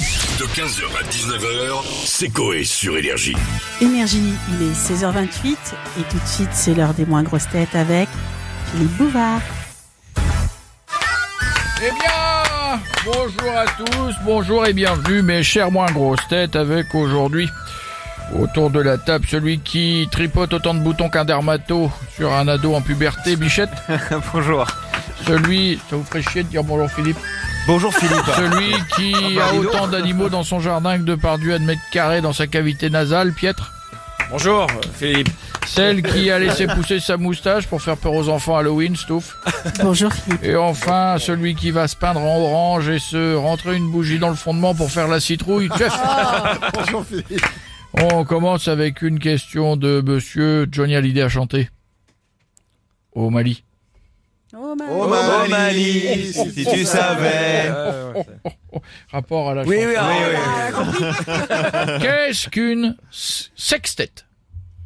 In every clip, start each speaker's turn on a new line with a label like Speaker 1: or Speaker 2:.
Speaker 1: De 15h à 19h, c'est Coé sur Énergie.
Speaker 2: Énergie, il est 16h28 et tout de suite c'est l'heure des moins grosses têtes avec Philippe Bouvard.
Speaker 3: Eh bien, bonjour à tous, bonjour et bienvenue mes chers moins grosses têtes avec aujourd'hui autour de la table celui qui tripote autant de boutons qu'un dermato sur un ado en puberté, bichette.
Speaker 4: Bonjour.
Speaker 3: Celui, ça vous ferait chier de dire bonjour Philippe.
Speaker 4: Bonjour Philippe.
Speaker 3: Celui qui
Speaker 4: Ah. bah,
Speaker 3: a
Speaker 4: dis donc.
Speaker 3: autant d'animaux dans son jardin que de pardu à de mètres carrés dans sa cavité nasale, piètre.
Speaker 5: Bonjour Philippe.
Speaker 3: Celle qui a laissé pousser sa moustache pour faire peur aux enfants Halloween, stouff.
Speaker 2: Bonjour Philippe.
Speaker 3: Et enfin, celui qui va se peindre en orange et se rentrer une bougie dans le fondement pour faire la citrouille. Jeff. On commence avec une question de monsieur Johnny Hallyday à chanter. Au Mali.
Speaker 2: Oh, ma-
Speaker 4: Oh Mali, si tu savais.
Speaker 3: Rapport à la
Speaker 4: Oui,
Speaker 3: chanson.
Speaker 4: oui, oui.
Speaker 2: Ah.
Speaker 3: Qu'est-ce qu'une s- sextette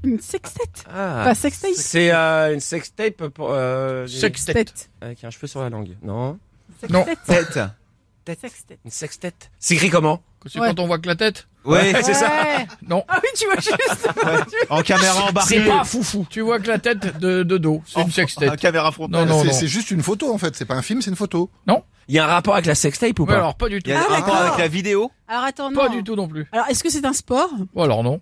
Speaker 2: Une sextette.
Speaker 5: Ah.
Speaker 2: Pas sextape.
Speaker 5: C'est euh, une sextape pour, euh, des-
Speaker 3: Sextette.
Speaker 5: avec un cheveu sur la langue. Non.
Speaker 3: Non.
Speaker 2: Sextette.
Speaker 4: Tête.
Speaker 2: Sextette.
Speaker 5: Une sextette. C'est écrit comment
Speaker 3: C'est
Speaker 2: Ouais.
Speaker 3: quand on voit que la tête
Speaker 4: Oui.
Speaker 5: C'est ça.
Speaker 2: Ouais.
Speaker 3: Non.
Speaker 2: Ah oui, tu vois juste.
Speaker 4: En caméra embarquée.
Speaker 3: C'est pas foufou. Tu vois que la tête de, de dos. C'est une
Speaker 4: En
Speaker 3: sextette.
Speaker 4: caméra
Speaker 3: Non,
Speaker 4: frontale.
Speaker 3: non,
Speaker 6: C'est
Speaker 3: non.
Speaker 6: c'est juste une photo en fait, c'est pas un film, c'est une photo.
Speaker 5: Il y a un rapport avec la sextape ou
Speaker 3: Mais
Speaker 5: pas
Speaker 3: alors, pas du tout.
Speaker 4: Il y a
Speaker 2: Ah,
Speaker 4: un rapport
Speaker 2: d'accord.
Speaker 4: avec la vidéo.
Speaker 2: Alors attends, non.
Speaker 3: Pas du tout non plus.
Speaker 2: Alors est-ce que c'est un sport
Speaker 3: Ou alors non.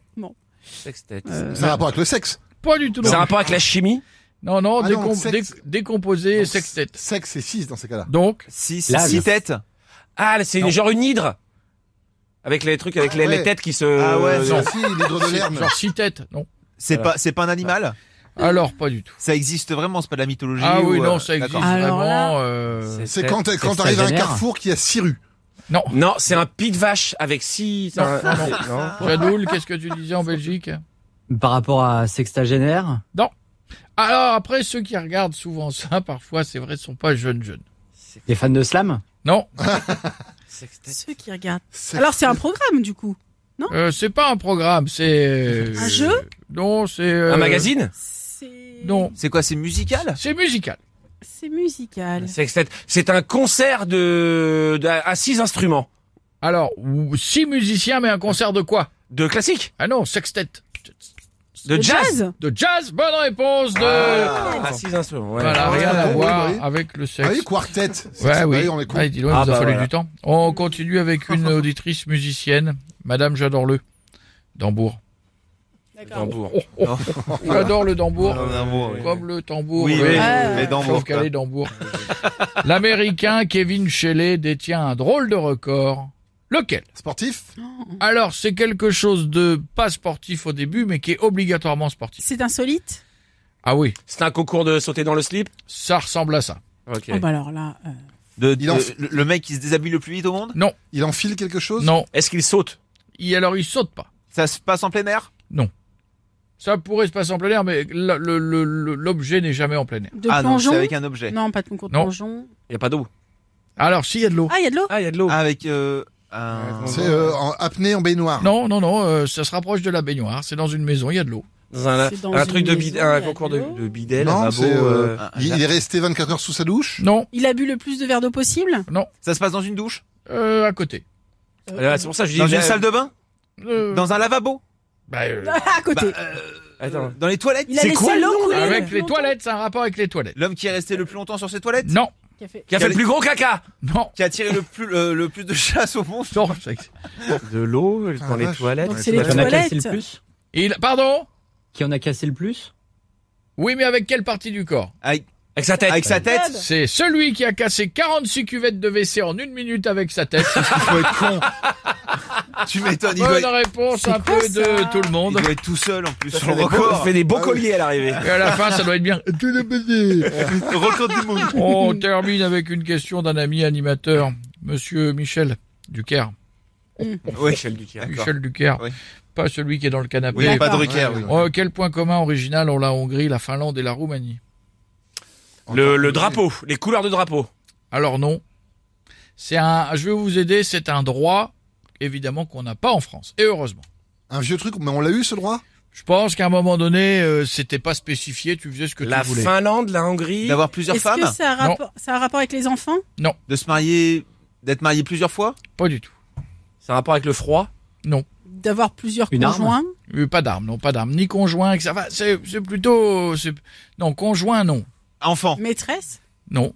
Speaker 5: Sextette.
Speaker 3: Euh,
Speaker 6: C'est un rapport avec le sexe.
Speaker 3: Pas du tout non
Speaker 5: C'est un
Speaker 3: plus.
Speaker 5: rapport avec la chimie
Speaker 3: Non, non,
Speaker 6: Ah non,
Speaker 3: décom-
Speaker 6: sexe.
Speaker 3: dé- décomposé
Speaker 6: Donc,
Speaker 3: sextette.
Speaker 6: Sexe, c'est 6 dans ces cas-là.
Speaker 3: Donc,
Speaker 4: Six,
Speaker 5: Là, je-
Speaker 4: six têtes.
Speaker 5: Ah, c'est une-
Speaker 3: Non.
Speaker 5: genre une hydre Avec les trucs, avec les,
Speaker 6: Ah
Speaker 5: les
Speaker 6: ouais.
Speaker 5: têtes qui se...
Speaker 4: Ah ouais,
Speaker 5: euh,
Speaker 6: Si,
Speaker 4: non.
Speaker 6: l'hydre de l'herbe.
Speaker 3: genre six têtes. Non.
Speaker 4: C'est
Speaker 5: Voilà.
Speaker 4: pas, c'est pas un animal.
Speaker 3: Alors, pas du tout.
Speaker 4: Ça existe vraiment, c'est pas de la mythologie.
Speaker 3: Ah
Speaker 4: ou,
Speaker 3: oui,
Speaker 4: euh,
Speaker 3: non, ça existe
Speaker 4: d'accord.
Speaker 2: Alors
Speaker 3: vraiment.
Speaker 2: là-
Speaker 3: euh,
Speaker 6: C'est quand t'es- quand t'arrives à un carrefour qui a 6 rues.
Speaker 3: Non.
Speaker 5: Non, c'est un pied de vache avec six... c'est un- non.
Speaker 3: Jadoul, qu'est-ce que tu disais en Belgique
Speaker 7: Par rapport à sextagénaire
Speaker 3: Alors après, ceux qui regardent souvent ça, parfois, c'est vrai, sont pas jeunes jeunes.
Speaker 7: les fans de slam
Speaker 3: Non,
Speaker 5: Sextette.
Speaker 2: Ceux qui regardent.
Speaker 6: Sexe.
Speaker 2: Alors c'est un programme du coup.
Speaker 3: euh, c'est pas un programme, c'est euh,
Speaker 2: Un jeu
Speaker 3: Non, c'est euh,
Speaker 5: Un magazine
Speaker 2: C'est.
Speaker 3: Non,
Speaker 4: C'est quoi, c'est musical?
Speaker 3: c'est musical.
Speaker 2: C'est musical.
Speaker 5: Sextette. C'est un concert de, de- à six instruments.
Speaker 3: Alors ou- six musiciens, mais un concert de quoi
Speaker 5: De classique.
Speaker 3: Ah non, sextet.
Speaker 5: De
Speaker 2: Le
Speaker 5: jazz.
Speaker 3: De jazz. Bonne réponse de.
Speaker 5: Ah, à six instruments. ouais.
Speaker 3: Voilà, rien à
Speaker 6: oui,
Speaker 3: voir
Speaker 6: oui.
Speaker 3: avec le
Speaker 6: Ah
Speaker 3: sexe.
Speaker 6: oui, quartet. Sexe,
Speaker 3: Ouais,
Speaker 6: bah
Speaker 3: oui.
Speaker 6: on est con.
Speaker 3: Ouais, dis donc, il nous
Speaker 5: Ah,
Speaker 3: a
Speaker 5: bah,
Speaker 3: fallu
Speaker 5: voilà.
Speaker 3: du temps. On continue avec une auditrice musicienne, Madame J'adore-le, Dambour.
Speaker 2: D'accord.
Speaker 5: Tambour.
Speaker 3: Oh, oh, oh. J'adore le Dambour,
Speaker 4: Ah, Dambour, oui.
Speaker 3: comme le tambour.
Speaker 4: Oui,
Speaker 3: euh,
Speaker 4: oui,
Speaker 2: Ah.
Speaker 4: les dents
Speaker 3: Sauf qu'elle est d'Hambourg. L'américain Kevin Shelley détient un drôle de record. Lequel
Speaker 6: Sportif.
Speaker 3: Alors, c'est quelque chose de pas sportif au début, mais qui est obligatoirement sportif.
Speaker 2: C'est insolite.
Speaker 3: Ah oui,
Speaker 5: C'est un concours de sauter dans le slip. Ah,
Speaker 3: ça ressemble à ça.
Speaker 5: Ok.
Speaker 2: Oh bah alors là. euh,
Speaker 4: De,
Speaker 6: Il en-
Speaker 4: de- le- le mec qui se déshabille le plus vite au monde?
Speaker 6: Il enfile quelque chose.
Speaker 3: Non,
Speaker 5: Est-ce qu'il saute
Speaker 3: il, alors il saute pas.
Speaker 4: Ça se passe en plein air?
Speaker 3: Ça pourrait se passer en plein air, mais la- le- le- le- l'objet n'est jamais en plein air.
Speaker 2: De
Speaker 4: ah non,
Speaker 2: plongeon.
Speaker 4: c'est avec un objet.
Speaker 2: Non, pas de concours de
Speaker 3: Non.
Speaker 2: plongeon.
Speaker 5: Il y a pas d'eau.
Speaker 3: Alors, s'il y a de l'eau.
Speaker 2: Ah, il y a de l'eau.
Speaker 5: Ah, il y a de l'eau.
Speaker 4: Ah, Avec, euh, un...
Speaker 6: C'est euh, en apnée en baignoire.
Speaker 3: Non, non, non, euh, ça se rapproche de la baignoire. C'est dans une maison, il y a de l'eau.
Speaker 5: Dans un,
Speaker 2: C'est dans
Speaker 5: un
Speaker 2: une
Speaker 5: truc de
Speaker 2: maison,
Speaker 5: bid- un
Speaker 2: il y a
Speaker 5: concours
Speaker 2: de
Speaker 5: de,
Speaker 2: l'eau.
Speaker 5: de bidel,
Speaker 6: Non,
Speaker 5: un babot,
Speaker 6: c'est, euh,
Speaker 5: euh,
Speaker 6: Il, il est resté 24 heures sous sa douche.
Speaker 3: Non,
Speaker 2: Il a bu le plus de verres d'eau possible.
Speaker 4: Ça se passe dans une douche?
Speaker 3: euh, à côté.
Speaker 5: euh, C'est pour ça que je dis.
Speaker 4: Dans une
Speaker 5: euh,
Speaker 4: salle de bain?
Speaker 3: Euh,
Speaker 4: Dans un lavabo? euh,
Speaker 3: bah, euh,
Speaker 2: Ah, à côté.
Speaker 5: euh, Attends.
Speaker 4: Dans les toilettes?
Speaker 2: il a
Speaker 5: c'est
Speaker 2: laissé
Speaker 5: quoi le
Speaker 2: l'eau
Speaker 5: nom,
Speaker 2: couler.
Speaker 5: là
Speaker 3: avec
Speaker 2: depuis
Speaker 3: les
Speaker 2: longtemps.
Speaker 3: toilettes, c'est un rapport avec les toilettes.
Speaker 4: L'homme qui est resté le plus longtemps sur ses toilettes
Speaker 3: Non,
Speaker 2: Qui a fait-
Speaker 5: Qui a fait le plus gros caca
Speaker 3: non,
Speaker 4: Qui a tiré le plus, euh, le, le plus de chasse au monde
Speaker 3: non, c'est-
Speaker 5: De l'eau
Speaker 6: Ah, vache.
Speaker 2: Donc
Speaker 6: Ouais,
Speaker 2: c'est
Speaker 6: c'est
Speaker 2: les
Speaker 7: Qui en a
Speaker 2: toilettes.
Speaker 7: cassé le plus
Speaker 3: Il, pardon
Speaker 7: Qui en a cassé le plus
Speaker 3: Oui, mais avec quelle partie du corps
Speaker 4: avec,
Speaker 5: Avec sa tête.
Speaker 4: avec sa tête
Speaker 3: C'est celui qui a cassé 46 cuvettes de WC en une minute avec sa tête.
Speaker 4: Il faut être con Tu m'étonnes, il, doit
Speaker 3: Bonne
Speaker 4: être-
Speaker 3: réponse un
Speaker 2: quoi,
Speaker 3: peu
Speaker 2: ça
Speaker 3: de tout le
Speaker 4: il
Speaker 3: monde.
Speaker 4: doit être tout seul en plus.
Speaker 5: Ça
Speaker 4: Son
Speaker 5: fait des beaux-
Speaker 4: record,
Speaker 5: fait des beaux
Speaker 6: Ah oui.
Speaker 5: colliers à l'arrivée.
Speaker 3: Et à la fin, ça doit être bien.
Speaker 4: record du monde
Speaker 3: On termine avec une question d'un ami animateur, Monsieur Michel Ducaire.
Speaker 4: Oui,
Speaker 5: Michel Ducaire.
Speaker 3: Michel Ducaire,
Speaker 4: Oui.
Speaker 3: pas celui qui est dans le
Speaker 4: oui
Speaker 3: canapé.
Speaker 4: pas de Drucker, oui.
Speaker 3: Oh, quel point commun original ont la Hongrie, la Finlande et la Roumanie
Speaker 5: Le, le drapeau, les couleurs de drapeau.
Speaker 3: Alors non. C'est un, je vais vous aider, c'est un droit, évidemment, qu'on n'a pas en France. Et heureusement.
Speaker 6: Un vieux truc, mais on l'a eu ce droit
Speaker 3: Je pense qu'à un moment donné, euh, c'était pas spécifié, tu faisais ce que
Speaker 5: La
Speaker 3: tu voulais.
Speaker 5: Finlande, la Hongrie.
Speaker 4: D'avoir plusieurs
Speaker 2: Est-ce que
Speaker 4: femmes
Speaker 2: ça a, rapport, ça a rapport avec les enfants
Speaker 4: De se marier... D'être marié plusieurs fois
Speaker 3: Pas du tout.
Speaker 5: C'est un rapport avec le froid
Speaker 2: D'avoir plusieurs
Speaker 7: Une arme
Speaker 2: conjoints.
Speaker 3: Euh, Pas d'armes, non, pas d'armes, ni conjoint, etc. Enfin, c'est, c'est plutôt, c'est- non, conjoint, non,
Speaker 4: Enfant.
Speaker 2: Maîtresse
Speaker 3: non.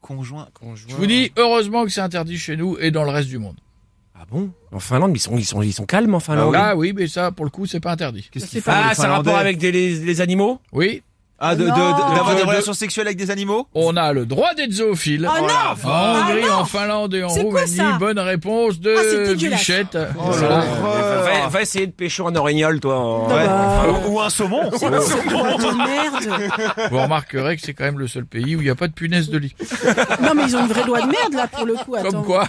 Speaker 4: Conjoint.
Speaker 3: Je vous dis, heureusement que c'est interdit chez nous et dans le reste du monde.
Speaker 5: Ah bon En Finlande, mais ils sont, ils sont, ils sont calmes en Finlande.
Speaker 3: Là, oui, mais ça, pour le coup, c'est pas interdit.
Speaker 4: Qu'est-ce
Speaker 2: Ça,
Speaker 4: qu'il
Speaker 2: c'est
Speaker 4: fait
Speaker 2: pas-
Speaker 5: ah, c'est un rapport avec des, les, les animaux
Speaker 3: Oui,
Speaker 4: Ah, de- de- de-
Speaker 2: Non.
Speaker 4: d'avoir
Speaker 5: De-
Speaker 4: des
Speaker 5: de-
Speaker 4: relations sexuelles avec des animaux
Speaker 3: on a le droit d'être zoophile.
Speaker 2: Oh non
Speaker 3: En Hongrie,
Speaker 2: Ah non
Speaker 3: en Finlande et en
Speaker 2: C'est quoi
Speaker 3: Roumanie,
Speaker 2: ça
Speaker 3: bonne réponse de
Speaker 2: Ah, c'est dégueulasse.
Speaker 3: Bichette.
Speaker 4: Oh
Speaker 3: Voilà.
Speaker 4: l'horreur.
Speaker 5: va, va essayer de pêcher un orignol, toi. en-
Speaker 2: Non,
Speaker 5: Ouais.
Speaker 2: bah,
Speaker 4: Ou- Ou un saumon
Speaker 2: C'est quoi ce droit de merde
Speaker 3: Vous remarquerez que c'est quand même le seul pays où il n'y a pas de punaise de lit.
Speaker 2: Non, mais ils ont une vraie loi de merde, là, pour le coup. Attends.
Speaker 3: Comme quoi.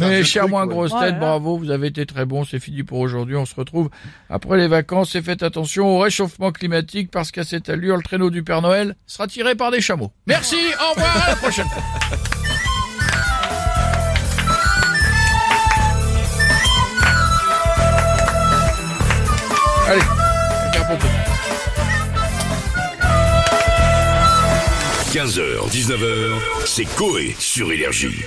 Speaker 3: Mais cher moins grosse
Speaker 2: Oh là
Speaker 3: tête,
Speaker 2: là.
Speaker 3: bravo, vous avez été très bon, c'est fini pour aujourd'hui, on se retrouve après les vacances et faites attention au réchauffement climatique parce qu'à cette allure, le traîneau du Père Noël sera tiré par des chameaux. Merci, au revoir, à la prochaine. Allez, regarde pour toi.
Speaker 1: 15h, 19h, c'est Coé sur Énergie.